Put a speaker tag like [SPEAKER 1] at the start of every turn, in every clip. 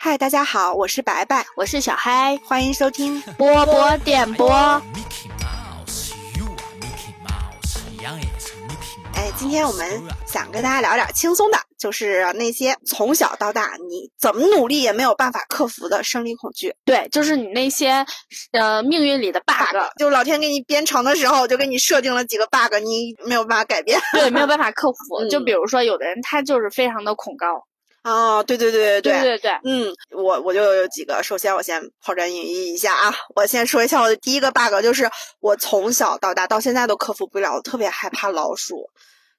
[SPEAKER 1] 嗨，大家好，我是白白，
[SPEAKER 2] 我是小嗨，
[SPEAKER 1] 欢迎收听
[SPEAKER 2] 波波电波。
[SPEAKER 3] Mickey Mouse，You are Mickey Mouse，羊也是 Mickey Mouse。
[SPEAKER 1] 哎，今天我们想跟大家聊点轻松的，就是那些从小到大你怎么努力也没有办法克服的生理恐惧。
[SPEAKER 2] 对，就是你那些呃命运里的 bug，
[SPEAKER 1] 就老天给你编程的时候，就给你设定了几个 bug，你没有办法改变。
[SPEAKER 2] 对，没有办法克服。
[SPEAKER 1] 嗯
[SPEAKER 2] 就比如说，有的人他就是非常的恐高。
[SPEAKER 1] 哦，对对对对
[SPEAKER 2] 对对对，
[SPEAKER 1] 嗯，我我就有几个，首先我先抛砖引玉一下啊，我先说一下我的第一个 bug，就是我从小到大到现在都克服不了，我特别害怕老鼠，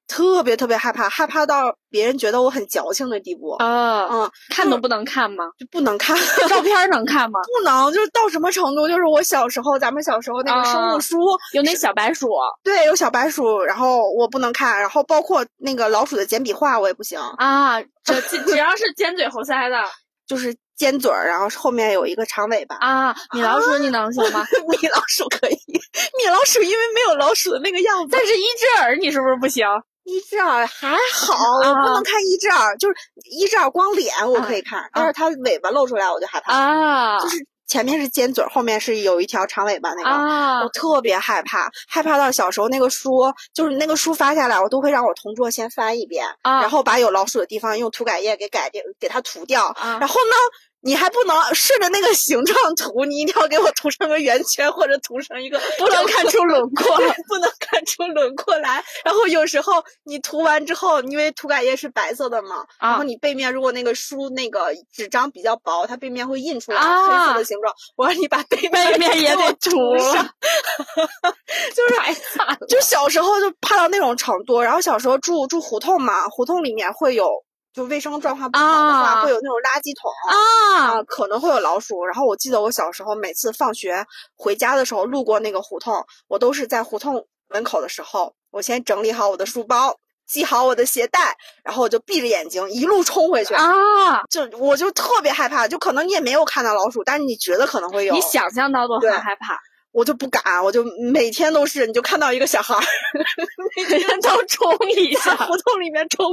[SPEAKER 1] 特别特别害怕，害怕到别人觉得我很矫情的地步，
[SPEAKER 2] 呃，
[SPEAKER 1] 嗯，
[SPEAKER 2] 看都不能 看吗？
[SPEAKER 1] 就不能看，
[SPEAKER 2] 照片儿能看吗？
[SPEAKER 1] 不能，就是到什么程度，就是我小时候咱们小时候那个生物
[SPEAKER 2] 啊
[SPEAKER 1] 书，
[SPEAKER 2] 有那小 白鼠
[SPEAKER 1] 对，有小白鼠，然后我不能看，然后包括那个老鼠的简笔画我也不行，
[SPEAKER 2] 啊，这这只要是尖嘴猴腮的
[SPEAKER 1] 就是尖嘴儿，然后后面有一个长尾巴。
[SPEAKER 2] 啊，米老鼠你能行吗？
[SPEAKER 1] 米老鼠可以，米老鼠因为没有老鼠的那个样子。
[SPEAKER 2] 但是一只耳你是不是不行？
[SPEAKER 1] 一只耳还好，我不能看一只耳，就是一只耳光脸我可以看，但是它尾巴露出来我就害怕。
[SPEAKER 2] 啊
[SPEAKER 1] 就是前面是尖嘴儿，后面是有一条长尾巴那个。
[SPEAKER 2] 啊
[SPEAKER 1] 我特别害怕，害怕到小时候那个书，就是那个书发下来，我都会让我同桌先翻一遍，
[SPEAKER 2] 啊！
[SPEAKER 1] 然后把有老鼠的地方用涂改液给改掉，给它涂掉。
[SPEAKER 2] 啊
[SPEAKER 1] 然后呢，你还不能顺着那个形状涂，你一定要给我涂成个圆圈，或者涂成一个
[SPEAKER 2] 不能看出轮廓
[SPEAKER 1] 不能看出轮廓来。然后有时候你涂完之后，因为涂改液是白色的嘛，然
[SPEAKER 2] 啊
[SPEAKER 1] 后你背面如果那个书那个纸张比较薄，它背面会印出来
[SPEAKER 2] 啊
[SPEAKER 1] 黑色的形状。我让你把背
[SPEAKER 2] 背面也
[SPEAKER 1] 给 我
[SPEAKER 2] 得涂
[SPEAKER 1] 上，就是
[SPEAKER 2] 太惨了
[SPEAKER 1] 就小时候就怕到那种程度，然后小时候住住胡同嘛，胡同里面会有就卫生状况不好的话，
[SPEAKER 2] 啊
[SPEAKER 1] 会有那种垃圾桶
[SPEAKER 2] 啊！
[SPEAKER 1] 啊，可能会有老鼠。然后我记得我小时候每次放学回家的时候，路过那个胡同，我都是在胡同门口的时候，我先整理好我的书包，系好我的鞋带，然后我就闭着眼睛一路冲回去。
[SPEAKER 2] 啊！
[SPEAKER 1] 就我就特别害怕，就可能你也没有看到老鼠，但是你觉得可能会有。
[SPEAKER 2] 你想象到都
[SPEAKER 1] 对
[SPEAKER 2] 很害 怕，
[SPEAKER 1] 我就不敢，我就每天都是，你就看到一个小孩儿
[SPEAKER 2] 每天都冲一
[SPEAKER 1] 在
[SPEAKER 2] 下。
[SPEAKER 1] 胡同里面冲，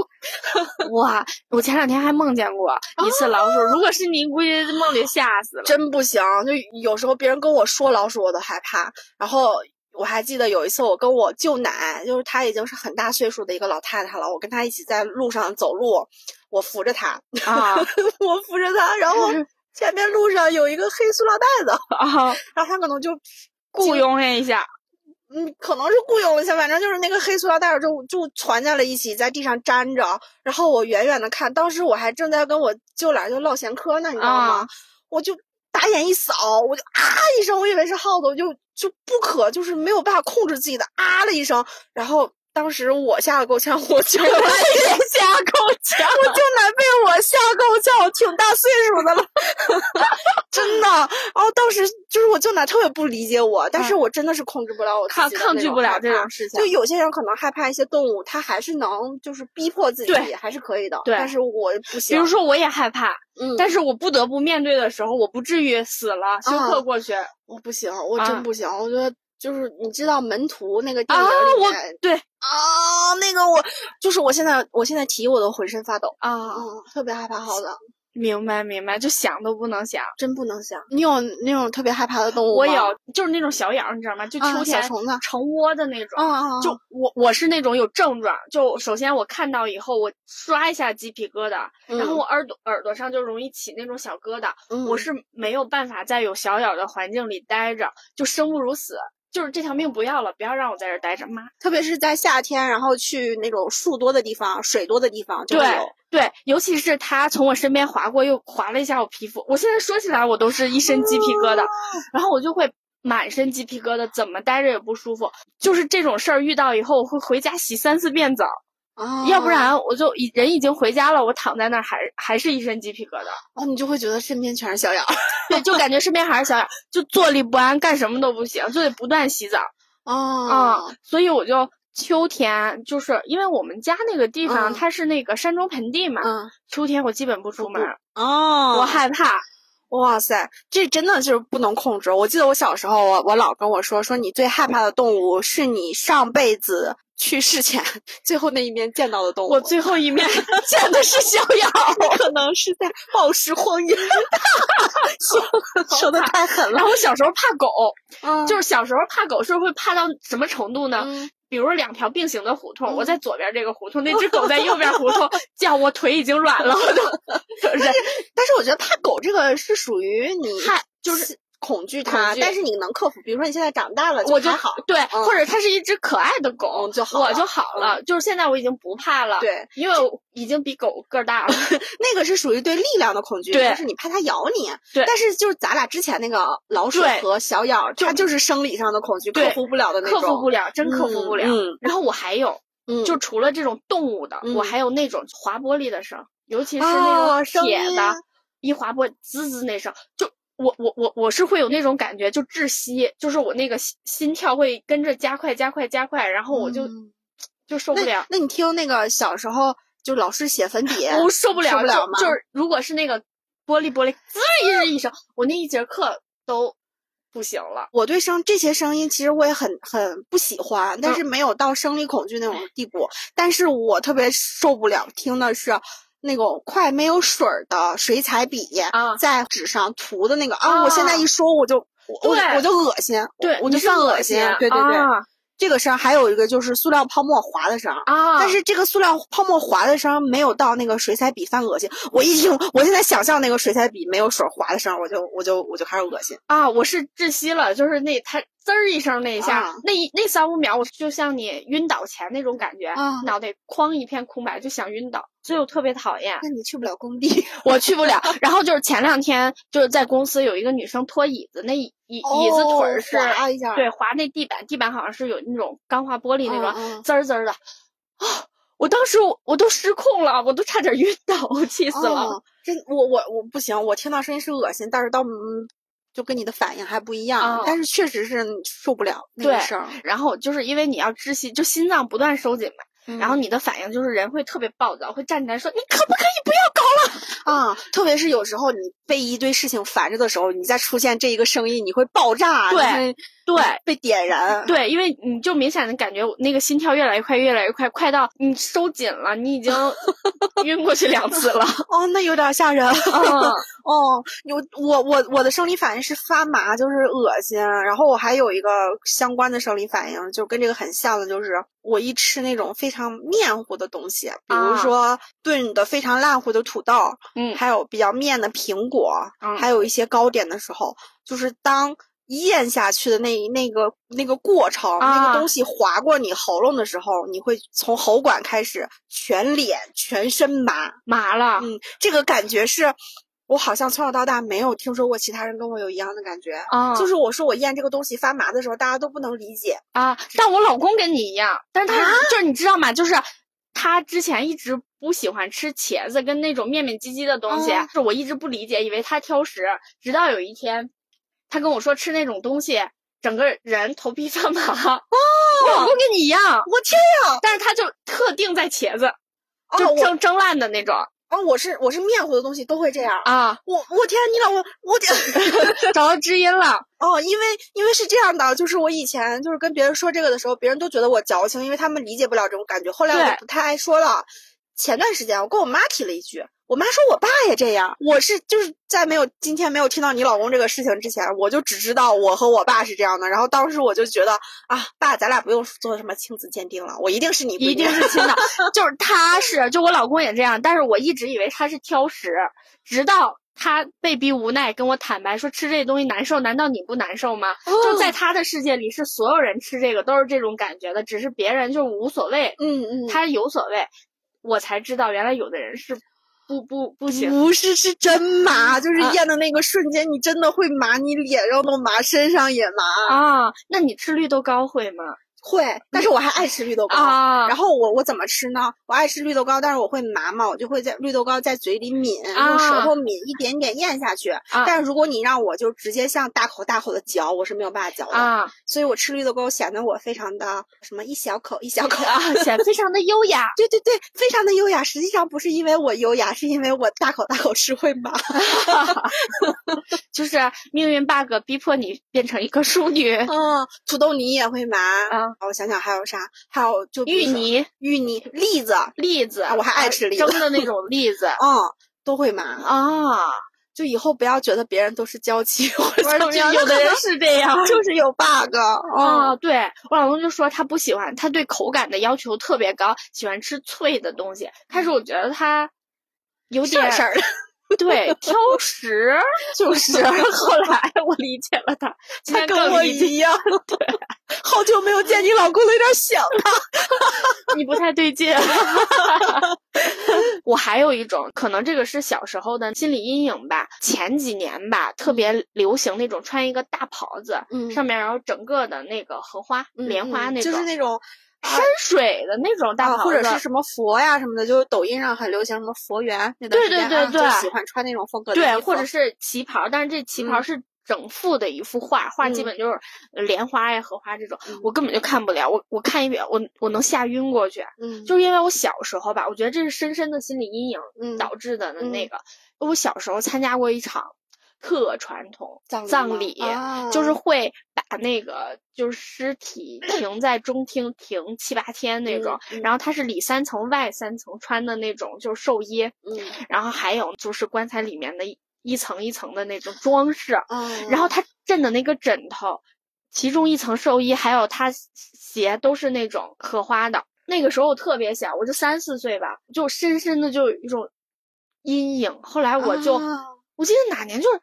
[SPEAKER 2] 哇！我前两天还梦见过
[SPEAKER 1] 哦
[SPEAKER 2] 一次老鼠，如果是你，估计梦里吓死了。
[SPEAKER 1] 真不行。就有时候别人跟我说老鼠，我都害怕。然后我还记得有一次，我跟我舅奶，就是她已经是很大岁数的一个老太太了，我跟她一起在路上走路，我扶着她，
[SPEAKER 2] 啊
[SPEAKER 1] 我扶着她，然后前面路上有一个黑塑料袋子，
[SPEAKER 2] 啊！
[SPEAKER 1] 然后她可能就
[SPEAKER 2] 雇佣人一下
[SPEAKER 1] 嗯，可能是雇佣了一下，反正就是那个黑塑料袋儿就就攒在了一起，在地上粘着。然后我远远的看，当时我还正在跟我舅俩就唠闲嗑呢，你知道吗？
[SPEAKER 2] 啊
[SPEAKER 1] 我就打眼一扫，我就啊一声，我以为是耗子，我就就不可就是没有办法控制自己的啊了一声。然后当时我吓得够呛，我 舅奶
[SPEAKER 2] 吓够呛。
[SPEAKER 1] 我舅奶被我吓够呛，我挺大岁数的了， 真的。然后当时就是我舅奶特别不理解我，但是
[SPEAKER 2] 嗯
[SPEAKER 1] 我真的是控制不了我自
[SPEAKER 2] 抗
[SPEAKER 1] 己的
[SPEAKER 2] 抗
[SPEAKER 1] 那
[SPEAKER 2] 拒
[SPEAKER 1] 种
[SPEAKER 2] 不了
[SPEAKER 1] 害
[SPEAKER 2] 这
[SPEAKER 1] 怕
[SPEAKER 2] 种事情
[SPEAKER 1] 就，有些人可能害怕一些动物，他还是能就是逼迫自己
[SPEAKER 2] 对，
[SPEAKER 1] 还是可以的。
[SPEAKER 2] 对
[SPEAKER 1] 但是我不
[SPEAKER 2] 比
[SPEAKER 1] 行。
[SPEAKER 2] 如，说我也害怕，
[SPEAKER 1] 嗯，
[SPEAKER 2] 但是我不得不面对的时候，我不至于死了，休克过去啊！
[SPEAKER 1] 我不行，我
[SPEAKER 2] 啊
[SPEAKER 1] 真不行。我觉得就是你知道《门徒》那个电影里
[SPEAKER 2] 我
[SPEAKER 1] 面
[SPEAKER 2] 对
[SPEAKER 1] 啊那个我就是我现在我现在提我都浑身发抖，
[SPEAKER 2] 啊，
[SPEAKER 1] 嗯，特别害怕耗子，
[SPEAKER 2] 明白明白，就想都不能想。
[SPEAKER 1] 真不能想。你有那种特别害怕的动物
[SPEAKER 2] 我
[SPEAKER 1] 吗？
[SPEAKER 2] 有，就是那种小痒，你知道吗？就秋
[SPEAKER 1] 啊小
[SPEAKER 2] 天
[SPEAKER 1] 虫子
[SPEAKER 2] 成窝的那种。
[SPEAKER 1] 啊，
[SPEAKER 2] 就我我是那种有症状，就首先我看到以后，我刷一下鸡皮疙瘩，然后
[SPEAKER 1] 嗯
[SPEAKER 2] 我耳朵耳朵上就容易起那种小疙瘩，我是没有办法在有小咬的环境里待着，就生不如死，就是这条命不要了，不要让我在这儿待着，妈！
[SPEAKER 1] 特别是在夏天，然后去那种树多的地方、水多的地方，就
[SPEAKER 2] 对
[SPEAKER 1] 会有
[SPEAKER 2] 对，尤其是它从我身边划过，又划了一下我皮肤，我现在说起来我都是一身鸡皮疙瘩，
[SPEAKER 1] 啊
[SPEAKER 2] 然后我就会。满身鸡皮疙瘩，怎么待着也不舒服。就是这种事儿遇到以后，我会回家洗三四遍澡，
[SPEAKER 1] 啊，
[SPEAKER 2] 要不然我就已人已经回家了，我躺在那儿还还是一身鸡皮疙瘩，
[SPEAKER 1] 哦，你就会觉得身边全是小羊。
[SPEAKER 2] 对，就感觉身边还是小痒，就坐立不安，干什么都不行，就得不断洗澡啊、
[SPEAKER 1] 哦，
[SPEAKER 2] 嗯所以我就秋天就是因为我们家那个地方、
[SPEAKER 1] 嗯
[SPEAKER 2] 它是那个山中盆地嘛，
[SPEAKER 1] 嗯，
[SPEAKER 2] 秋天我基本不出门，
[SPEAKER 1] 哦，
[SPEAKER 2] 我害怕，
[SPEAKER 1] 哇塞，这真的就是不能控制。我记得我小时候，我我老跟我说，说你最害怕的动物是你上辈子去世前最后那一面见到的动物。
[SPEAKER 2] 我最后一
[SPEAKER 1] 嗯
[SPEAKER 2] 面
[SPEAKER 1] 见的是逍遥， 可能是在暴食荒野。 说说的太狠
[SPEAKER 2] 然
[SPEAKER 1] 了，
[SPEAKER 2] 后我小时候怕狗，
[SPEAKER 1] 嗯
[SPEAKER 2] 就是小时候怕狗是会怕到什么程度呢？
[SPEAKER 1] 嗯
[SPEAKER 2] 比如两条并行的胡同，
[SPEAKER 1] 嗯
[SPEAKER 2] 我在左边这个胡同，那只狗在右边胡 同，叫我腿已经软了，我都 就是
[SPEAKER 1] 但是我觉得怕狗这个是属于你
[SPEAKER 2] 害
[SPEAKER 1] 就是恐惧它，
[SPEAKER 2] 恐惧
[SPEAKER 1] 但是你能克服。比如说你现在长大了，
[SPEAKER 2] 我就
[SPEAKER 1] 还好。
[SPEAKER 2] 对，
[SPEAKER 1] 嗯
[SPEAKER 2] 或者它是一只可爱的狗
[SPEAKER 1] 嗯就好
[SPEAKER 2] 我
[SPEAKER 1] 了
[SPEAKER 2] 就好了，就是现在我已经不怕了，，
[SPEAKER 1] 对，
[SPEAKER 2] 因为我已经比狗个儿大了，
[SPEAKER 1] 那个是属于对力量的恐惧，
[SPEAKER 2] 对
[SPEAKER 1] 就是你怕它咬你。
[SPEAKER 2] 对
[SPEAKER 1] 但是就是咱俩之前那个老鼠
[SPEAKER 2] 对
[SPEAKER 1] 和小咬，它就是生理上的恐惧，
[SPEAKER 2] 对
[SPEAKER 1] 克服不了的那
[SPEAKER 2] 克
[SPEAKER 1] 种。
[SPEAKER 2] 服不了，真克服不了。
[SPEAKER 1] 嗯
[SPEAKER 2] 然后我还有，
[SPEAKER 1] 嗯，
[SPEAKER 2] 就除了这种动物的，我
[SPEAKER 1] 嗯
[SPEAKER 2] 还有那种划玻璃的声儿，尤其是
[SPEAKER 1] 哦
[SPEAKER 2] 那
[SPEAKER 1] 声
[SPEAKER 2] 种铁
[SPEAKER 1] 音
[SPEAKER 2] 的，一划玻璃滋滋那声儿，就我我我我是会有那种感觉，就窒息，就是我那个心心跳会跟着加快加快加快，然后我就、
[SPEAKER 1] 嗯
[SPEAKER 2] 就受不了
[SPEAKER 1] 那，那你听那个小时候，就老师写粉笔，
[SPEAKER 2] 我受 不了，
[SPEAKER 1] 受不了吗啊
[SPEAKER 2] 就就是如果是那个玻璃玻璃滋一一声，我那一节课都不行了。
[SPEAKER 1] 我对声这些声音其实我也很很不喜欢，
[SPEAKER 2] 嗯
[SPEAKER 1] 但是没有到生理恐惧那种地步。但是我特别受不了听的是那种快没有水儿的水彩笔
[SPEAKER 2] 啊
[SPEAKER 1] 在纸上涂的那个啊！我现在
[SPEAKER 2] 啊
[SPEAKER 1] 一说我就我我
[SPEAKER 2] 对
[SPEAKER 1] 我就恶心，
[SPEAKER 2] 对，
[SPEAKER 1] 我
[SPEAKER 2] 你
[SPEAKER 1] 就是犯
[SPEAKER 2] 恶
[SPEAKER 1] 心。对对对，
[SPEAKER 2] 啊
[SPEAKER 1] 这个声儿还有一个就是塑料泡沫滑的声儿。
[SPEAKER 2] 啊！
[SPEAKER 1] 但是这个塑料泡沫滑的声儿没有到那个水彩笔犯恶心，我一听，我现在想象那个水彩笔没有水儿滑的声儿，我就我就我就开始恶心。
[SPEAKER 2] 啊，我是窒息了，就是那它滋儿一声那一下，
[SPEAKER 1] 啊
[SPEAKER 2] 那一那三五秒，我就像你晕倒前那种感觉，
[SPEAKER 1] 啊
[SPEAKER 2] 脑袋哐一片空白，就想晕倒，所以我特别讨 厌，
[SPEAKER 1] 那你去不了工地。
[SPEAKER 2] 我去不了。然后就是前两天就是在公司有一个女生拖椅子，那椅椅椅子腿
[SPEAKER 1] 哦
[SPEAKER 2] 儿哦是、
[SPEAKER 1] 滑一下，
[SPEAKER 2] 对滑那地板，地板好像是有那种钢化玻璃那种、
[SPEAKER 1] 嗯嗯
[SPEAKER 2] 滋儿滋儿的，啊，我当时我我都失控了，我都差点晕倒，我气死了。
[SPEAKER 1] 哦真我我我不行，我听到声音是恶心，但是到嗯就跟你的反应还不一样，
[SPEAKER 2] 哦
[SPEAKER 1] 但是确实是受不了那个
[SPEAKER 2] 对
[SPEAKER 1] 声儿。
[SPEAKER 2] 然后就是因为你要窒息，就心脏不断收紧嘛。然后
[SPEAKER 1] 嗯
[SPEAKER 2] 你的反应就是人会特别暴躁，会站起来说：“你可不可以不要
[SPEAKER 1] 啊、特别是有时候你被一堆事情烦着的时候，你再出现这一个声音，你会爆炸，你
[SPEAKER 2] 对
[SPEAKER 1] 会？”
[SPEAKER 2] 对
[SPEAKER 1] 被点燃。
[SPEAKER 2] 对，因为你就明显的感觉我那个心跳越来越快，越来越快，快到你收紧了，你已经晕过去两次了。
[SPEAKER 1] 哦，那有点吓 人。
[SPEAKER 2] 嗯，
[SPEAKER 1] 哦，有我我我的生理反应是发麻，就是恶心。然后我还有一个相关的生理反应，就跟这个很像的，就是我一吃那种非常面糊的东西，比如
[SPEAKER 2] 啊
[SPEAKER 1] 说炖的非常烂糊的土豆，
[SPEAKER 2] 嗯
[SPEAKER 1] 还有比较面的苹果，
[SPEAKER 2] 嗯
[SPEAKER 1] 还有一些糕点的时候，就是当咽下去的那那个那个过程，那个
[SPEAKER 2] 啊
[SPEAKER 1] 东西划过你喉咙的时候，你会从喉管开始全脸全身麻。
[SPEAKER 2] 麻了。
[SPEAKER 1] 嗯，这个感觉是我好像从小到大没有听说过其他人跟我有一样的感觉。
[SPEAKER 2] 啊、
[SPEAKER 1] 嗯就是我说我咽这个东西发麻的时候，大家都不能理解。
[SPEAKER 2] 啊！但我老公跟你一样，但是他、就是你知道吗？就是他之前一直不喜欢吃茄子跟那种面面唧唧的东西，
[SPEAKER 1] 哦
[SPEAKER 2] 是我一直不理解，以为他挑食。直到有一天，他跟我说吃那种东西，整个人头皮发麻。哦，我老公跟你一样，
[SPEAKER 1] 我天呀！
[SPEAKER 2] 但是他就特定在茄子，
[SPEAKER 1] 哦，
[SPEAKER 2] 就
[SPEAKER 1] 我
[SPEAKER 2] 蒸蒸烂的那种
[SPEAKER 1] 哦，我是我是面糊的东西都会这样。，
[SPEAKER 2] 啊
[SPEAKER 1] 我我天，你老公我天。
[SPEAKER 2] 找到知音了。
[SPEAKER 1] 哦，因为因为是这样的，就是我以前就是跟别人说这个的时候，别人都觉得我矫情，因为他们理解不了这种感觉。后来我
[SPEAKER 2] 对
[SPEAKER 1] 就不太爱说了。前段时间我跟我妈提了一句，我妈说我爸也这样。我是就是在没有今天没有听到你老公这个事情之前，我就只知道我和我爸是这样的。然后当时我就觉得啊，爸，咱俩不用做什么亲子鉴定了，我一定是你闺女，啊
[SPEAKER 2] 一定是亲 的，就是他是，就我老公也这样，但是我一直以为他是挑食，直到他被逼无奈跟我坦白说吃这东西难受，难道你不难受吗？
[SPEAKER 1] 哦
[SPEAKER 2] 就在他的世界里，是所有人吃这个都是这种感觉的，只是别人就无所谓，
[SPEAKER 1] 嗯嗯，
[SPEAKER 2] 他有所谓，我才知道原来有的人是不不不行。
[SPEAKER 1] 不是，是真麻，就是
[SPEAKER 2] 啊
[SPEAKER 1] 咽的那个瞬间，你真的会麻，你脸上都麻，身上也麻。
[SPEAKER 2] 啊，那你吃绿豆糕会吗？
[SPEAKER 1] 会，但是我还爱吃绿豆糕。
[SPEAKER 2] 啊
[SPEAKER 1] 然后我我怎么吃呢？我爱吃绿豆糕，但是我会麻嘛，我就会在绿豆糕在嘴里抿，用舌
[SPEAKER 2] 啊
[SPEAKER 1] 头抿，一点点咽下去。但是如果你让我就直接像大口大口的嚼，我是没有办法嚼的。
[SPEAKER 2] 啊
[SPEAKER 1] 所以我吃绿豆糕显得我非常的什么一小口一 小口。
[SPEAKER 2] 啊，显得非常的优雅。
[SPEAKER 1] 对对对，非常的优雅。实际上不是因为我优雅，是因为我大口大口吃会麻。
[SPEAKER 2] 就是命运 bug 逼迫你变成一个淑女。
[SPEAKER 1] 嗯， 土豆泥也会拿
[SPEAKER 2] 啊。
[SPEAKER 1] 我想想还有啥？还有就比如
[SPEAKER 2] 芋
[SPEAKER 1] 说、
[SPEAKER 2] 泥、
[SPEAKER 1] 芋泥、栗子，
[SPEAKER 2] 栗子，
[SPEAKER 1] 啊我还爱吃栗子
[SPEAKER 2] 蒸的那种栗子
[SPEAKER 1] 嗯，都会拿。
[SPEAKER 2] 啊。
[SPEAKER 1] 就以后不要觉得别人都是娇妻或者
[SPEAKER 2] 我
[SPEAKER 1] 怎
[SPEAKER 2] 说
[SPEAKER 1] 么样，
[SPEAKER 2] 有的人是这样
[SPEAKER 1] 就是有 bug。
[SPEAKER 2] 啊、
[SPEAKER 1] 嗯，
[SPEAKER 2] 对我老公就说他不喜欢，他对口感的要求特别高，喜欢吃脆的东西。开始我觉得他有点
[SPEAKER 1] 这事儿
[SPEAKER 2] 对挑 食，
[SPEAKER 1] 就是。
[SPEAKER 2] 后 来我理解了他，今
[SPEAKER 1] 他
[SPEAKER 2] 天
[SPEAKER 1] 跟我
[SPEAKER 2] 更理解
[SPEAKER 1] 一样，对，好久没有见你老公了，有点想他。
[SPEAKER 2] 你不太对劲。 我还有一种可能，这个是小时候的心理阴影吧。前几年吧，特别流行那种穿一个大袍子，
[SPEAKER 1] 嗯
[SPEAKER 2] 上面然后整个的那个荷花、莲花那种，
[SPEAKER 1] 就是那种
[SPEAKER 2] 山水的那种大袍
[SPEAKER 1] 啊，
[SPEAKER 2] 子，
[SPEAKER 1] 或者是什么佛呀什么的，就是抖音上很流行什么佛缘那段
[SPEAKER 2] 对
[SPEAKER 1] 时间
[SPEAKER 2] 对对
[SPEAKER 1] 啊就
[SPEAKER 2] 对
[SPEAKER 1] 喜欢穿那种风格的衣
[SPEAKER 2] 对，
[SPEAKER 1] 服，
[SPEAKER 2] 或者是旗袍，但是这旗袍
[SPEAKER 1] 嗯
[SPEAKER 2] 是整幅的一幅画，画基
[SPEAKER 1] 嗯
[SPEAKER 2] 本就是莲花呀、荷花这种，
[SPEAKER 1] 嗯
[SPEAKER 2] 我根本就看不了，我我看一遍，我我能吓晕过去，
[SPEAKER 1] 嗯，
[SPEAKER 2] 就是因为我小时候吧，我觉得这是深深的心理阴影
[SPEAKER 1] 嗯
[SPEAKER 2] 导致的那
[SPEAKER 1] 嗯
[SPEAKER 2] 个。我小时候参加过一场特传统
[SPEAKER 1] 葬
[SPEAKER 2] 葬
[SPEAKER 1] 礼
[SPEAKER 2] 礼
[SPEAKER 1] 吗，啊
[SPEAKER 2] 就是会把那个就是 尸体停在中厅停七八天那种，
[SPEAKER 1] 嗯嗯
[SPEAKER 2] 然后它是里三层外三层穿的那种就是寿衣，
[SPEAKER 1] 嗯
[SPEAKER 2] 然后还有就是棺材里面的一一层一层的那种装饰，
[SPEAKER 1] 嗯，
[SPEAKER 2] 然后他枕的那个枕头，其中一层寿衣，还有他鞋都是那种荷花的。那个时候我特别小，我就三四岁吧，就深深的就有一种阴影。后来我就，
[SPEAKER 1] 啊
[SPEAKER 2] 我记得哪年就是，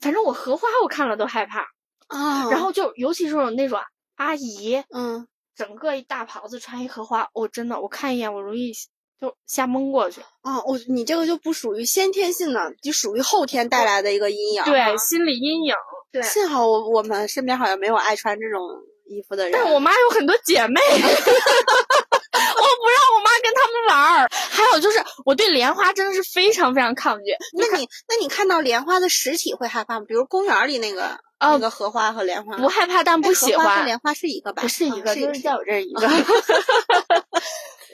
[SPEAKER 2] 反正我荷花我看了都害怕。
[SPEAKER 1] 啊，
[SPEAKER 2] 然后就尤其是有那种阿姨，
[SPEAKER 1] 嗯，
[SPEAKER 2] 整个一大袍子穿一荷花，我真的我看一眼我容易就吓蒙过去。
[SPEAKER 1] 啊，我你这个就不属于先天性的，就属于后天带来的一个阴影。
[SPEAKER 2] 对，，心理阴影。对
[SPEAKER 1] 幸好我我们身边好像没有爱穿这种衣服的人。
[SPEAKER 2] 但我妈有很多姐妹， 我不让我妈跟她们玩儿。还有就是，我对莲花真的是非常非常抗拒。
[SPEAKER 1] 那你那你看到莲花的实体会害怕吗？比如公园儿里那个、那
[SPEAKER 2] 呃，
[SPEAKER 1] 个荷花和莲花，
[SPEAKER 2] 不害怕，但
[SPEAKER 1] 哎
[SPEAKER 2] 不喜
[SPEAKER 1] 荷花和
[SPEAKER 2] 欢，
[SPEAKER 1] 莲花是一个吧？
[SPEAKER 2] 不是一
[SPEAKER 1] 啊
[SPEAKER 2] 个，就是在我这儿一
[SPEAKER 1] 个
[SPEAKER 2] 个。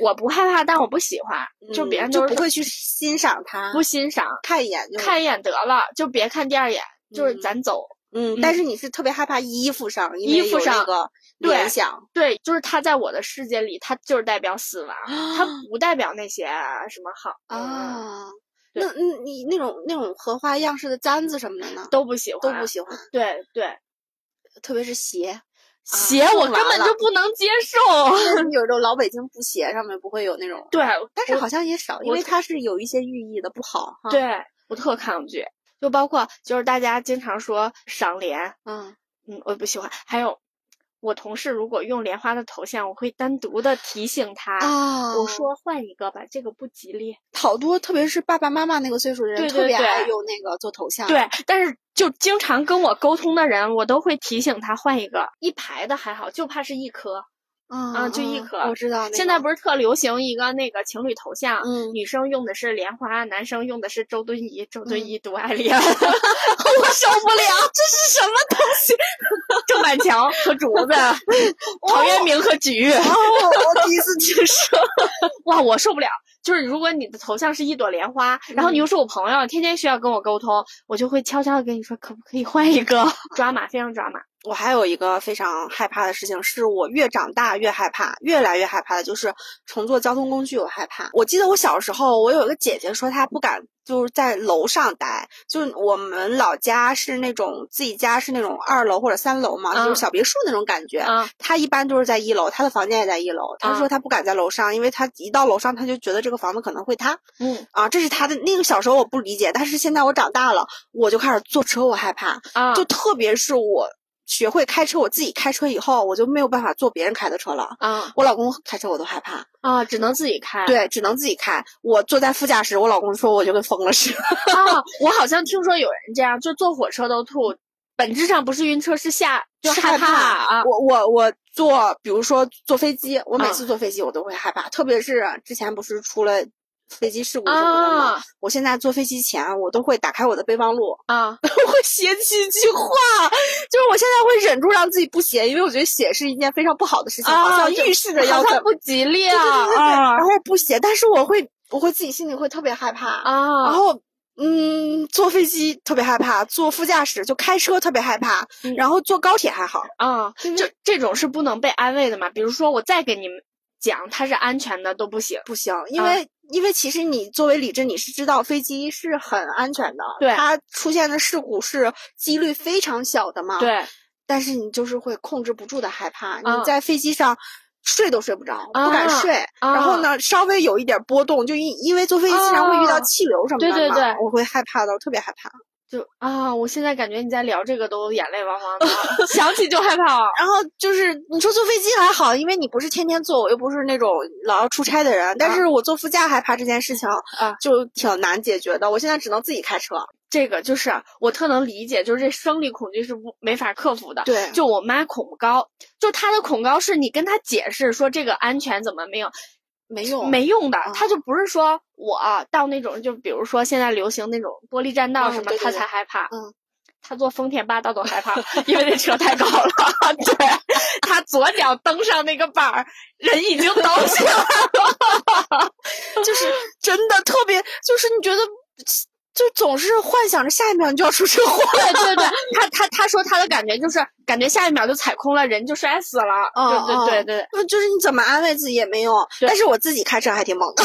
[SPEAKER 2] 我不害怕，但我不喜欢，就别人
[SPEAKER 1] 嗯就
[SPEAKER 2] 都是
[SPEAKER 1] 不会去欣赏它，
[SPEAKER 2] 不欣赏，
[SPEAKER 1] 看一眼就
[SPEAKER 2] 看一眼得了，就别看第二眼，就是
[SPEAKER 1] 嗯
[SPEAKER 2] 咱走。
[SPEAKER 1] 嗯，
[SPEAKER 2] 嗯
[SPEAKER 1] 但是你是特别害怕衣服上，因
[SPEAKER 2] 衣
[SPEAKER 1] 为
[SPEAKER 2] 服
[SPEAKER 1] 有那
[SPEAKER 2] 上
[SPEAKER 1] 个
[SPEAKER 2] 对
[SPEAKER 1] 联想，
[SPEAKER 2] 对，就是他在我的世界里，他就是代表死亡，他不代表那些啊什么好嗯
[SPEAKER 1] 啊。
[SPEAKER 2] 对
[SPEAKER 1] 那那你那种那种荷花样式的簪子什么的呢，
[SPEAKER 2] 都不喜欢，
[SPEAKER 1] 都不喜欢，
[SPEAKER 2] 对对。
[SPEAKER 1] 特别是 鞋，
[SPEAKER 2] 鞋
[SPEAKER 1] 啊
[SPEAKER 2] 我
[SPEAKER 1] 用
[SPEAKER 2] 根
[SPEAKER 1] 完
[SPEAKER 2] 本
[SPEAKER 1] 了
[SPEAKER 2] 就不能接受。
[SPEAKER 1] 有一种老北京布鞋上面不会有那种，
[SPEAKER 2] 对，
[SPEAKER 1] 但是好像也少，因
[SPEAKER 2] 我啊
[SPEAKER 1] 为
[SPEAKER 2] 特
[SPEAKER 1] 它是有一些寓意的，不好哈。，
[SPEAKER 2] 对我特抗拒，就包括就是大家经常说赏莲，
[SPEAKER 1] 嗯，
[SPEAKER 2] 嗯，我也不喜欢。还有我同事如果用莲花的头像，我会单独的提醒他。
[SPEAKER 1] 啊，
[SPEAKER 2] 我说换一个吧，这个不吉利。
[SPEAKER 1] 好多，特别是爸爸妈妈那个岁数的人，
[SPEAKER 2] 对
[SPEAKER 1] 特
[SPEAKER 2] 对
[SPEAKER 1] 别
[SPEAKER 2] 对
[SPEAKER 1] 爱用那个做头像。
[SPEAKER 2] 对，但是就经常跟我沟通的人，我都会提醒他换一个。一排的还好，就怕是一颗。
[SPEAKER 1] 嗯，
[SPEAKER 2] 啊
[SPEAKER 1] 嗯，
[SPEAKER 2] 就一
[SPEAKER 1] 嗯
[SPEAKER 2] 颗
[SPEAKER 1] 我知道那个。
[SPEAKER 2] 现在不是特流行一个那个情侣头像，
[SPEAKER 1] 嗯
[SPEAKER 2] 女生用的是莲花，男生用的是周敦颐，周敦
[SPEAKER 1] 嗯
[SPEAKER 2] 颐独爱 莲，我受不了，这是什么东西？ 郑板桥和竹子，陶渊明和举玉，
[SPEAKER 1] 哦，我第一次听说。
[SPEAKER 2] 哇，我受不了。就是如果你的头像是一朵莲花，然后你又是我朋友，天天需要跟我沟通，我就会悄悄的跟你说，可不可以换一 个？抓马，非常抓马。
[SPEAKER 1] 我还有一个非常害怕的事情，是我越长大越害怕，越来越害怕的就是乘坐交通工具，我害怕。我记得我小时候，我有一个姐姐说她不敢，就是在楼上待，就是我们老家是那种自己家是那种二楼或者三楼嘛，就是
[SPEAKER 2] 嗯
[SPEAKER 1] 小别墅那种感觉。
[SPEAKER 2] 啊，
[SPEAKER 1] 她一般都是在一楼，她的房间也在一楼。她说
[SPEAKER 2] 啊
[SPEAKER 1] 她不敢在楼上，因为她一到楼上，她就觉得这个房子可能会塌
[SPEAKER 2] 嗯
[SPEAKER 1] 啊。这是她的那个小时候我不理解，但是现在我长大了，我就开始坐车，我害怕。
[SPEAKER 2] 啊，
[SPEAKER 1] 就特别是我学会开车，我自己开车以后，我就没有办法坐别人开的车了。
[SPEAKER 2] 啊
[SPEAKER 1] 我老公开车我都害怕，
[SPEAKER 2] 啊，只能自己开。
[SPEAKER 1] 对，只能自己开。我坐在副驾驶，我老公说我就跟疯了似的。
[SPEAKER 2] 啊，我好像听说有人这样，就坐火车都吐，本质上不是晕车，是吓，就是害
[SPEAKER 1] 怕
[SPEAKER 2] 啊。
[SPEAKER 1] 我我我坐，比如说坐飞机，我每
[SPEAKER 2] 啊
[SPEAKER 1] 次坐飞机我都会害怕，特别是之前不是出了飞机事故什么的吗？
[SPEAKER 2] 啊
[SPEAKER 1] 我现在坐飞机前，我都会打开我的备忘录，
[SPEAKER 2] 啊
[SPEAKER 1] 我会写几句话， 就是我现在会忍住让自己不写，因为我觉得写是一件非常不好的事情，好
[SPEAKER 2] 啊！
[SPEAKER 1] 像
[SPEAKER 2] 就
[SPEAKER 1] 预示着 要
[SPEAKER 2] 好
[SPEAKER 1] 怎
[SPEAKER 2] 像
[SPEAKER 1] 么
[SPEAKER 2] 不吉利
[SPEAKER 1] 对对对对对，
[SPEAKER 2] 啊
[SPEAKER 1] 然后不写，但是我会，我会自己心里会特别害怕，
[SPEAKER 2] 啊
[SPEAKER 1] 然
[SPEAKER 2] 啊！
[SPEAKER 1] 后嗯，坐飞机特别害怕，坐副驾驶就开车特别害怕，
[SPEAKER 2] 嗯
[SPEAKER 1] 然后坐高铁还好。
[SPEAKER 2] 啊，
[SPEAKER 1] 因为
[SPEAKER 2] 这这种是不能被安慰的嘛？比如说我再给你们讲它是安全的都不行。
[SPEAKER 1] 不行，因
[SPEAKER 2] 啊
[SPEAKER 1] 为、因为其实你作为理智，你是知道飞机是很安全的，
[SPEAKER 2] 对
[SPEAKER 1] 它出现的事故是几率非常小的嘛。，
[SPEAKER 2] 对，
[SPEAKER 1] 但是你就是会控制不住的害怕，
[SPEAKER 2] 啊
[SPEAKER 1] 你在飞机上睡都睡不着，不敢
[SPEAKER 2] 啊
[SPEAKER 1] 睡。然后呢，稍微有一点波动，就因因为坐飞机经常会遇到
[SPEAKER 2] 啊
[SPEAKER 1] 气流什么的
[SPEAKER 2] 对
[SPEAKER 1] 嘛，
[SPEAKER 2] 对对
[SPEAKER 1] 我会害怕的，我特别害怕。
[SPEAKER 2] 就啊，我现在感觉你在聊这个都眼泪 汪汪的，想起就害怕。啊
[SPEAKER 1] 然后就是你说坐飞机还好，因为你不是天天坐，我又不是那种老要出差的人。但
[SPEAKER 2] 啊
[SPEAKER 1] 是我坐副驾害怕这件事情
[SPEAKER 2] 啊，
[SPEAKER 1] 就挺难解决的。我现在只能自己开车。
[SPEAKER 2] 这个就是我特能理解，就是这生理恐惧是不没法克服的。
[SPEAKER 1] 对
[SPEAKER 2] 就我妈恐高，就她的恐高是你跟她解释说这个安全怎么没有
[SPEAKER 1] 没用，
[SPEAKER 2] 没用的
[SPEAKER 1] 啊，
[SPEAKER 2] 她就不是说我啊到那种就比如说现在流行那种玻璃栈道
[SPEAKER 1] 嗯
[SPEAKER 2] 什么
[SPEAKER 1] 对，对
[SPEAKER 2] 她
[SPEAKER 1] 对
[SPEAKER 2] 才害怕。
[SPEAKER 1] 嗯。
[SPEAKER 2] 她坐丰田霸道都害怕，因为那车太高了。 对，她左脚蹬上那个板儿，人已经 抖起来了。
[SPEAKER 1] 就是真的特别，就是你觉得就总是幻想着下一秒你就要出车祸。
[SPEAKER 2] 对 对对，她她她说她的感觉就是感觉下一秒就踩空了，人就摔死了。
[SPEAKER 1] 嗯
[SPEAKER 2] 对
[SPEAKER 1] 嗯
[SPEAKER 2] 对对对。
[SPEAKER 1] 嗯就是你怎么安慰自己也没用，
[SPEAKER 2] 对
[SPEAKER 1] 但是我自己开车还挺猛的。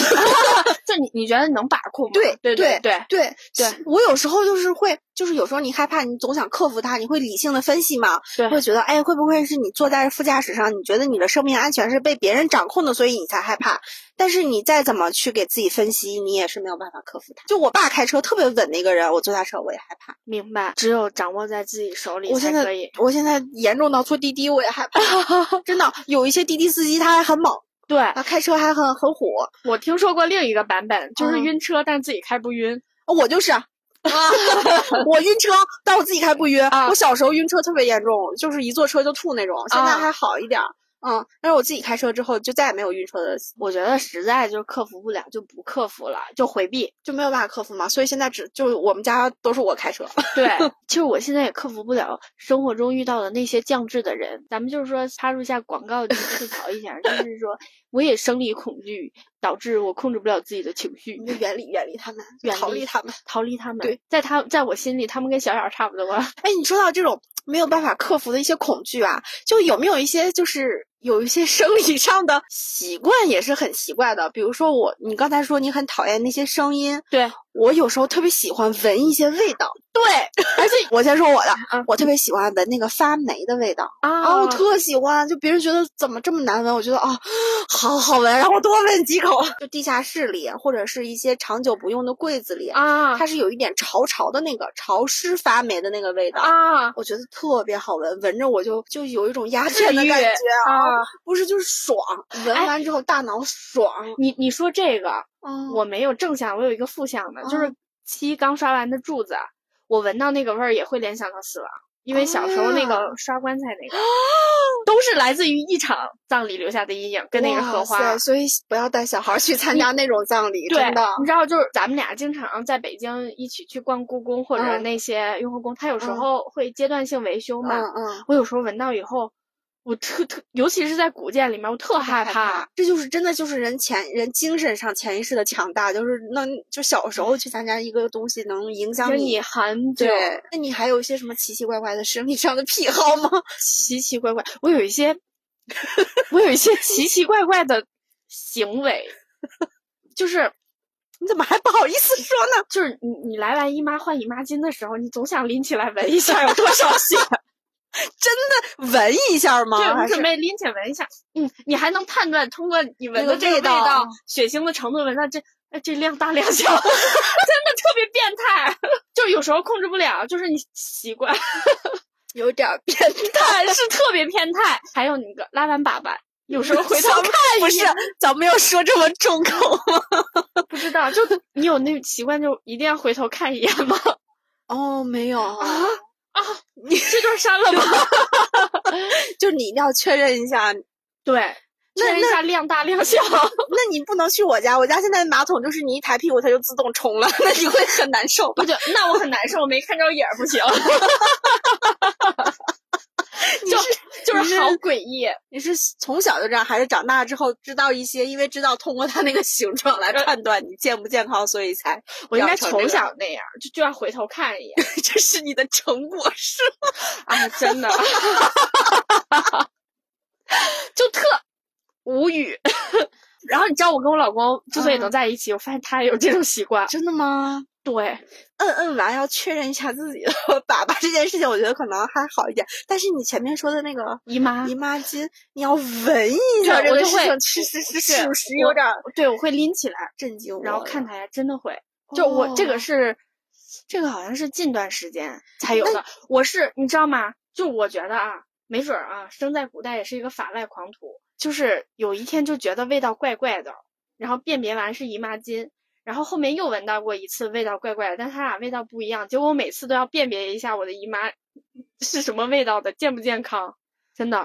[SPEAKER 2] 就你你觉得你能把控吗？
[SPEAKER 1] 对
[SPEAKER 2] 对
[SPEAKER 1] 对
[SPEAKER 2] 对，
[SPEAKER 1] 对
[SPEAKER 2] 对，
[SPEAKER 1] 我有时候就是会，就是有时候你害怕，你总想克服它，你会理性的分析嘛，
[SPEAKER 2] 对
[SPEAKER 1] 会觉得，哎，会不会是你坐在副驾驶上，你觉得你的生命安全是被别人掌控的，所以你才害怕？但是你再怎么去给自己分析，你也是没有办法克服它。就我爸开车特别稳的一个人，我坐他车我也害怕。
[SPEAKER 2] 明白。只有掌握在自己手里
[SPEAKER 1] 我
[SPEAKER 2] 才
[SPEAKER 1] 现在
[SPEAKER 2] 可以。
[SPEAKER 1] 我现在严重到坐滴滴我也害 怕，真的有一些滴滴司机他还很猛，
[SPEAKER 2] 对
[SPEAKER 1] 他开车还很很虎，
[SPEAKER 2] 我听说过另一个版本，就是
[SPEAKER 1] 嗯
[SPEAKER 2] 晕车，但自己开不晕。
[SPEAKER 1] 我就是 啊，我晕车，但我自己开不晕。
[SPEAKER 2] 啊
[SPEAKER 1] 我小时候晕车特别严重，就是一坐车就吐那种，现在
[SPEAKER 2] 啊
[SPEAKER 1] 还好一点儿。嗯，但是我自己开车之后就再也没有晕车的，
[SPEAKER 2] 我觉得实在就克服不了，就不克服了，就回避。
[SPEAKER 1] 就没有办法克服嘛。所以现在只就我们家都是我开车。
[SPEAKER 2] 对，其实我现在也克服不了生活中遇到的那些降智的人。咱们就是说插入一下广告，就是吐槽一下，就是说我也生理恐惧，导致我控制不了自己的情绪
[SPEAKER 1] 你，就远离远离他们，
[SPEAKER 2] 远
[SPEAKER 1] 逃
[SPEAKER 2] 离
[SPEAKER 1] 离他们。
[SPEAKER 2] 逃离他们。
[SPEAKER 1] 对，
[SPEAKER 2] 在他在我心里，他们跟小小差不多。
[SPEAKER 1] 哎，你说到这种没有办法克服的一些恐惧啊，就有没有一些就是有一些生理上的习惯也是很奇怪的？比如说我，你刚才说你很讨厌那些声音，
[SPEAKER 2] 对
[SPEAKER 1] 我有时候特别喜欢闻一些味道。
[SPEAKER 2] 对，
[SPEAKER 1] 而且我先说我的
[SPEAKER 2] 啊，
[SPEAKER 1] 我特别喜欢闻那个发霉的味道啊，
[SPEAKER 2] 啊
[SPEAKER 1] 我特喜欢。就别人觉得怎么这么难闻，我觉得啊，好好闻，然后多闻几口。就地下室里或者是一些长久不用的柜子里，
[SPEAKER 2] 啊
[SPEAKER 1] 它是有一点潮潮的那个潮湿发霉的那个味道。
[SPEAKER 2] 啊！
[SPEAKER 1] 我觉得特别好闻，闻着我就就有一种鸦片的感
[SPEAKER 2] 治愈
[SPEAKER 1] 觉啊，
[SPEAKER 2] 啊，
[SPEAKER 1] 不是就是爽，闻
[SPEAKER 2] 哎
[SPEAKER 1] 完之后大脑爽。
[SPEAKER 2] 你你说这个，
[SPEAKER 1] 嗯，
[SPEAKER 2] 我没有正向，我有一个负向的，就是
[SPEAKER 1] 嗯
[SPEAKER 2] 漆刚刷完的柱子，我闻到那个味儿也会联想到死亡，因为小时候那
[SPEAKER 1] 哦
[SPEAKER 2] 个刷棺材那个，都是来自于一场葬礼留下的阴影，跟那个荷
[SPEAKER 1] 哇
[SPEAKER 2] 花。
[SPEAKER 1] 塞 所以不要带小孩儿去参
[SPEAKER 2] 你
[SPEAKER 1] 加那种葬礼，
[SPEAKER 2] 对
[SPEAKER 1] 真的。，
[SPEAKER 2] 你知道，就是咱们俩经常在北京一起去逛故宫或者
[SPEAKER 1] 嗯
[SPEAKER 2] 那些雍和宫，它有时
[SPEAKER 1] 嗯
[SPEAKER 2] 候会阶段性维修嘛。
[SPEAKER 1] 嗯嗯。
[SPEAKER 2] 我有时候闻到以后，我特特，尤其是在古建里面，我特害怕。，
[SPEAKER 1] 这就是真的就是人潜人精神上潜意识的强大，就是能就小时候去参加一个东西能影响
[SPEAKER 2] 跟
[SPEAKER 1] 你。
[SPEAKER 2] 你很久，
[SPEAKER 1] 对，那你还有一些什么奇奇怪怪的生理上的癖好吗？
[SPEAKER 2] 奇奇怪怪，我有一些， 我有一些奇奇怪怪的行为，就是
[SPEAKER 1] 你怎么还不好意思说呢？
[SPEAKER 2] 就是你你来完姨妈换姨妈巾的时候，你总想拎起来闻 一下
[SPEAKER 1] 啊
[SPEAKER 2] 有多少血，
[SPEAKER 1] 闻一下吗？
[SPEAKER 2] 对，
[SPEAKER 1] 还
[SPEAKER 2] 你
[SPEAKER 1] 是
[SPEAKER 2] 准备拎起来闻一下，嗯，你还能判断通过你闻
[SPEAKER 1] 那
[SPEAKER 2] 的
[SPEAKER 1] 个
[SPEAKER 2] 这个
[SPEAKER 1] 味
[SPEAKER 2] 味
[SPEAKER 1] 道
[SPEAKER 2] 道、血腥的程度，闻到这。哎，这量大量小 ，真的特别变态，就有时候控制不了，就是你习惯，
[SPEAKER 1] 有点儿变态。
[SPEAKER 2] 是特别偏态。还有那个拉完粑粑，有时候回头
[SPEAKER 1] 咱们 不是，咱没有说这么重口 吗？
[SPEAKER 2] 不知 道，就你有那习惯，就一定要回头看一眼吗？
[SPEAKER 1] 哦，没有
[SPEAKER 2] 啊啊！你这段删了吧？
[SPEAKER 1] 就是你一定要确认一下。
[SPEAKER 2] 对，
[SPEAKER 1] 那
[SPEAKER 2] 确认一下量大量小。
[SPEAKER 1] 那你不能去我家，我家现在马桶就是你一抬屁股它就自动冲了， 那你会很难受吧
[SPEAKER 2] 不？对，那我很难受，我没看着影儿不行。
[SPEAKER 1] 你
[SPEAKER 2] 就是就是
[SPEAKER 1] 你是
[SPEAKER 2] 好诡异。
[SPEAKER 1] 你是从小就这样，还是长大之后知道一些？因为知道通过它那个形状来判断你健不健康，所以才
[SPEAKER 2] 我应该
[SPEAKER 1] 养成这
[SPEAKER 2] 从
[SPEAKER 1] 个
[SPEAKER 2] 小那样，就就要回头看 一眼。
[SPEAKER 1] 这是你的成果是吗？
[SPEAKER 2] 啊，真 的，就特无 语。然后你知道我跟我老公之所以能
[SPEAKER 1] 嗯
[SPEAKER 2] 在一起，我发现他也有这种习惯。
[SPEAKER 1] 真的吗？
[SPEAKER 2] 对，
[SPEAKER 1] 摁摁完要确认一下自己的 粑粑这件事情，我觉得可能还好一点。但是你前面说的那个
[SPEAKER 2] 姨妈
[SPEAKER 1] 姨，妈巾，你要闻一下
[SPEAKER 2] 对
[SPEAKER 1] 这
[SPEAKER 2] 我
[SPEAKER 1] 个
[SPEAKER 2] 就
[SPEAKER 1] 事
[SPEAKER 2] 会
[SPEAKER 1] 情，其实是
[SPEAKER 2] 是
[SPEAKER 1] 属实
[SPEAKER 2] 我
[SPEAKER 1] 有点儿
[SPEAKER 2] 对我会拎起来，
[SPEAKER 1] 震惊我了。
[SPEAKER 2] 然后看他呀，真的会。就我这
[SPEAKER 1] 哦
[SPEAKER 2] 个是，这个好像是近段时间才有的。我是你知道吗？就我觉得啊，没准儿啊，生在古代也是一个法外狂徒。就是有一天就觉得味道怪怪的，然后辨别完是姨妈巾，然后后面又闻到过一次味道怪怪的，但它俩味道不一样。结果我每次都要辨别一下我的姨妈是什么味道的，健不健康？真的，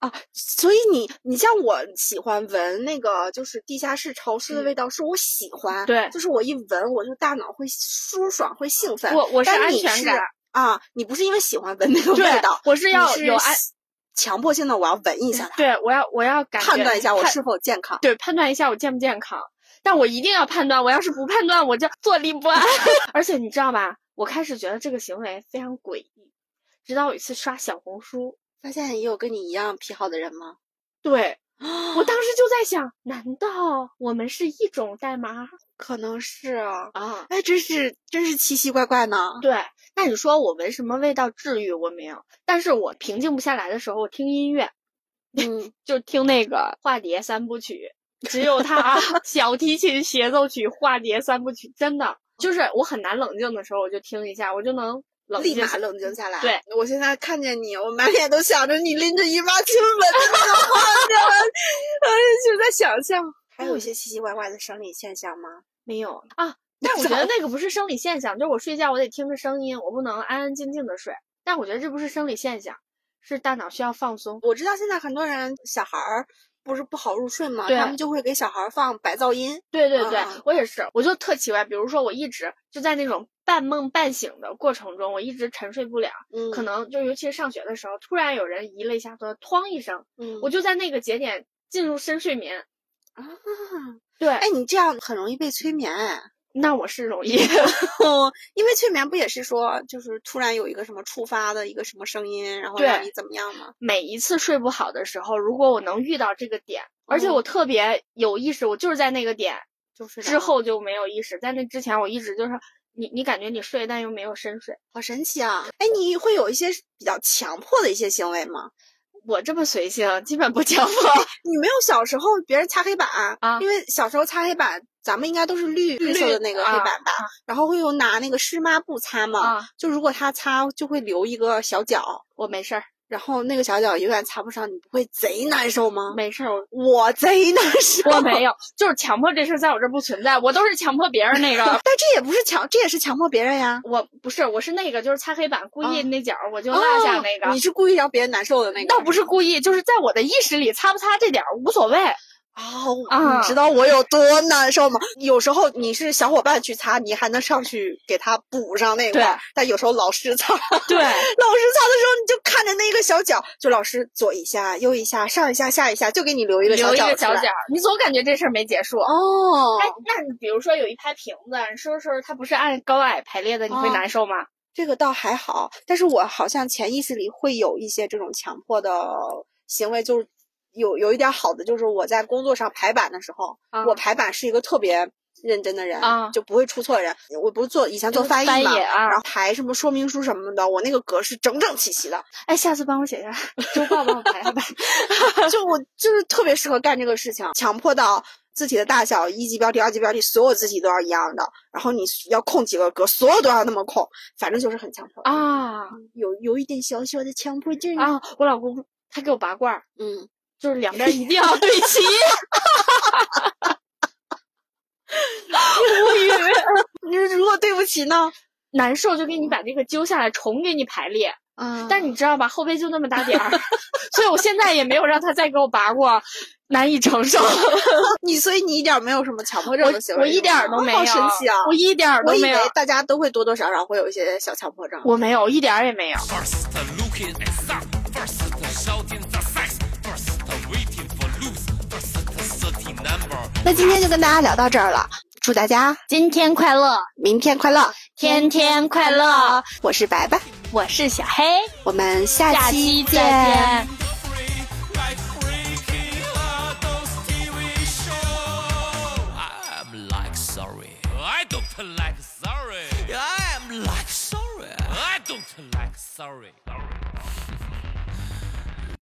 [SPEAKER 1] 啊所以你你像我喜欢闻那个就是地下室潮湿的味道，是我喜欢，
[SPEAKER 2] 对
[SPEAKER 1] 就是我一闻我就大脑会舒爽，会兴奋。
[SPEAKER 2] 我我是
[SPEAKER 1] 但
[SPEAKER 2] 安
[SPEAKER 1] 你
[SPEAKER 2] 全感，
[SPEAKER 1] 啊，你不是因为喜欢闻那个味
[SPEAKER 2] 对
[SPEAKER 1] 道，，
[SPEAKER 2] 我是
[SPEAKER 1] 你
[SPEAKER 2] 要有安
[SPEAKER 1] 安，强迫性的我要闻一下它，
[SPEAKER 2] 对我要我要感觉
[SPEAKER 1] 判断一下我
[SPEAKER 2] 判
[SPEAKER 1] 是否健康。
[SPEAKER 2] 对，判断一下我健不健康。但我一定要判断，我要是不判断，我就坐立不安。 而且你知道吧，我开始觉得这个行为非常诡异，直到有一次刷小红书，
[SPEAKER 1] 发现也有跟你一样癖好的人吗？
[SPEAKER 2] 对
[SPEAKER 1] 我
[SPEAKER 2] 我当时就在想，难道我们是一种代码
[SPEAKER 1] 可能是啊，
[SPEAKER 2] 啊？
[SPEAKER 1] 哎，真是真是奇奇怪怪呢。
[SPEAKER 2] 对，那你说我闻什么味道治愈？我没有，但是我平静不下来的时候，我听音乐，
[SPEAKER 1] 嗯，
[SPEAKER 2] 就听那个化蝶三部曲，只有 它小提琴协奏曲、化蝶三部曲，真的就是我很难冷静的时候，我就听一下，我就能 冷
[SPEAKER 1] 立
[SPEAKER 2] 静
[SPEAKER 1] 马
[SPEAKER 2] 下。
[SPEAKER 1] 冷静下来。
[SPEAKER 2] 对，
[SPEAKER 1] 我现在看见你，我满脸都想着你拎着姨妈巾 闻的那个画面，哎，就在想象。还有一些奇奇怪怪的生理现象吗？
[SPEAKER 2] 嗯 没有啊，但我觉得那个不是生理现象，就是我睡觉我得听着声音，我不能安安静静的睡。但我觉得这不是生理现象，是大脑需要放松。
[SPEAKER 1] 我知道现在很多人小孩儿不是不好入睡吗？
[SPEAKER 2] 对
[SPEAKER 1] 他们就会给小孩儿放白噪音。
[SPEAKER 2] 对对对，
[SPEAKER 1] 啊
[SPEAKER 2] 我也是，我就特奇怪。比如说，我一直就在那种半梦半醒的过程中，我一直沉睡不了。
[SPEAKER 1] 嗯
[SPEAKER 2] 可能就尤其是上学的时候，突然有人移了一下头，哐一声，
[SPEAKER 1] 嗯
[SPEAKER 2] 我就在那个节点进入深睡眠。
[SPEAKER 1] 啊，
[SPEAKER 2] 对，
[SPEAKER 1] 哎，你这样很容易被催 眠哎。
[SPEAKER 2] 那我是 容易
[SPEAKER 1] 因为催眠不也是说，就是突然有一个什么触发的一个什么声音，然后
[SPEAKER 2] 对
[SPEAKER 1] 让你怎么样吗？
[SPEAKER 2] 每一次睡不好的时候，如果我能遇到这个点，而且
[SPEAKER 1] 嗯
[SPEAKER 2] 我特别有意识，我就是在那个点
[SPEAKER 1] 就是啊
[SPEAKER 2] 之后就没有意识，在那之前我一直就是你你感觉你睡，但又没有深睡。
[SPEAKER 1] 好神奇啊！哎，你会有一些比较强迫的一些行为吗？
[SPEAKER 2] 我这么随性，基本不强迫。
[SPEAKER 1] 你没有小时候别人擦黑板
[SPEAKER 2] 啊
[SPEAKER 1] 因为小时候擦黑板，咱们应该都是绿绿色
[SPEAKER 2] 绿
[SPEAKER 1] 的那个黑
[SPEAKER 2] 啊
[SPEAKER 1] 板吧？然后会有拿那个湿抹布擦嘛？
[SPEAKER 2] 啊，
[SPEAKER 1] 就如果他擦，就会留一个小角，
[SPEAKER 2] 我没事儿，
[SPEAKER 1] 然后那个小角永远擦不上，你不会贼难受吗？
[SPEAKER 2] 没事儿， 我
[SPEAKER 1] 我贼难受，。
[SPEAKER 2] 我没有，就是强迫这事儿在我这儿不存在，我都是强迫别人那个
[SPEAKER 1] 但这也不是强，这也是强迫别人呀。
[SPEAKER 2] 我不是，我是那个，就是擦黑板故意
[SPEAKER 1] 啊
[SPEAKER 2] 那角儿，我就落下
[SPEAKER 1] 哦
[SPEAKER 2] 那个。
[SPEAKER 1] 你是故意让别人难受的那个？
[SPEAKER 2] 倒不是故意，就是在我的意识里擦不擦这点儿无所谓。
[SPEAKER 1] 哦，
[SPEAKER 2] 啊
[SPEAKER 1] 你知道我有多难受吗？有时候你是小伙伴去擦，你还能上去给他补上那块儿
[SPEAKER 2] 对；
[SPEAKER 1] 但有时候老师擦，老师擦
[SPEAKER 2] 对，
[SPEAKER 1] 的时候，你就看着那个小角，就老师左一下、右一下、上一下、下一下，就给你留一个小
[SPEAKER 2] 留一
[SPEAKER 1] 角
[SPEAKER 2] 个
[SPEAKER 1] 出
[SPEAKER 2] 小
[SPEAKER 1] 来。
[SPEAKER 2] 角儿，你总感觉这事儿没结束。
[SPEAKER 1] 哦
[SPEAKER 2] 哎，那你比如说有一排瓶子，你收拾收拾，它不是按高矮排列的，你会
[SPEAKER 1] 哦
[SPEAKER 2] 难受吗？
[SPEAKER 1] 这个倒还好，但是我好像潜意识里会有一些这种强迫的行为，就是有有一点好的，就是我在工作上排版的时候，
[SPEAKER 2] 啊
[SPEAKER 1] 我排版是一个特别认真的人，
[SPEAKER 2] 啊
[SPEAKER 1] 就不会出错的人。我不是做以前做
[SPEAKER 2] 就是
[SPEAKER 1] 翻译嘛，
[SPEAKER 2] 翻译啊
[SPEAKER 1] 然后排什么说明书什么的，我那个格是整整齐齐的，
[SPEAKER 2] 哎，下次帮我写下来，周报帮我排一排。
[SPEAKER 1] 就我就是特别适合干这个事情，强迫到字体的大小，一级标题、二级标题，所有字体都要一样的，然后你要空几个格，所有都要那么空，反正就是很强迫。 嗯
[SPEAKER 2] 啊
[SPEAKER 1] 有有一点小小的强迫症
[SPEAKER 2] 啊！我老公他给我拔罐儿，
[SPEAKER 1] 嗯，
[SPEAKER 2] 就是两边儿一定 要对齐。无语，
[SPEAKER 1] 你如果对不起呢？
[SPEAKER 2] 难受就给你把这个揪下来，重给你排列。
[SPEAKER 1] 嗯但
[SPEAKER 2] 但你知道吧，后背就那么大点儿， 所以我现在也没有让他再给我拔过，难以承受。
[SPEAKER 1] 你所以你一点儿没有什么强迫症的行
[SPEAKER 2] 我
[SPEAKER 1] 为，
[SPEAKER 2] 我一点儿都没有，
[SPEAKER 1] 好神奇啊！
[SPEAKER 2] 我一点儿都
[SPEAKER 1] 我以
[SPEAKER 2] 没有
[SPEAKER 1] 为，大家都会多多少少会有一些小强迫症。
[SPEAKER 2] 我没有，一点儿也没有。
[SPEAKER 3] First looking at something versatile shouting the facts, versatile waiting for loose, versatile certain number.
[SPEAKER 1] 那今天就跟大家聊到这儿了，祝大家
[SPEAKER 2] 今天快乐，
[SPEAKER 1] 明天快乐，
[SPEAKER 2] 天天快乐！
[SPEAKER 1] 我是白白，
[SPEAKER 2] 我是小黑，
[SPEAKER 1] 我们下
[SPEAKER 2] 下
[SPEAKER 1] 期
[SPEAKER 2] 期再
[SPEAKER 1] Uh.
[SPEAKER 2] 见。
[SPEAKER 3] Free like Ricky Lado's TV show. I'm like sorry. I don't like sorry. I'm like sorry. I don't like sorry.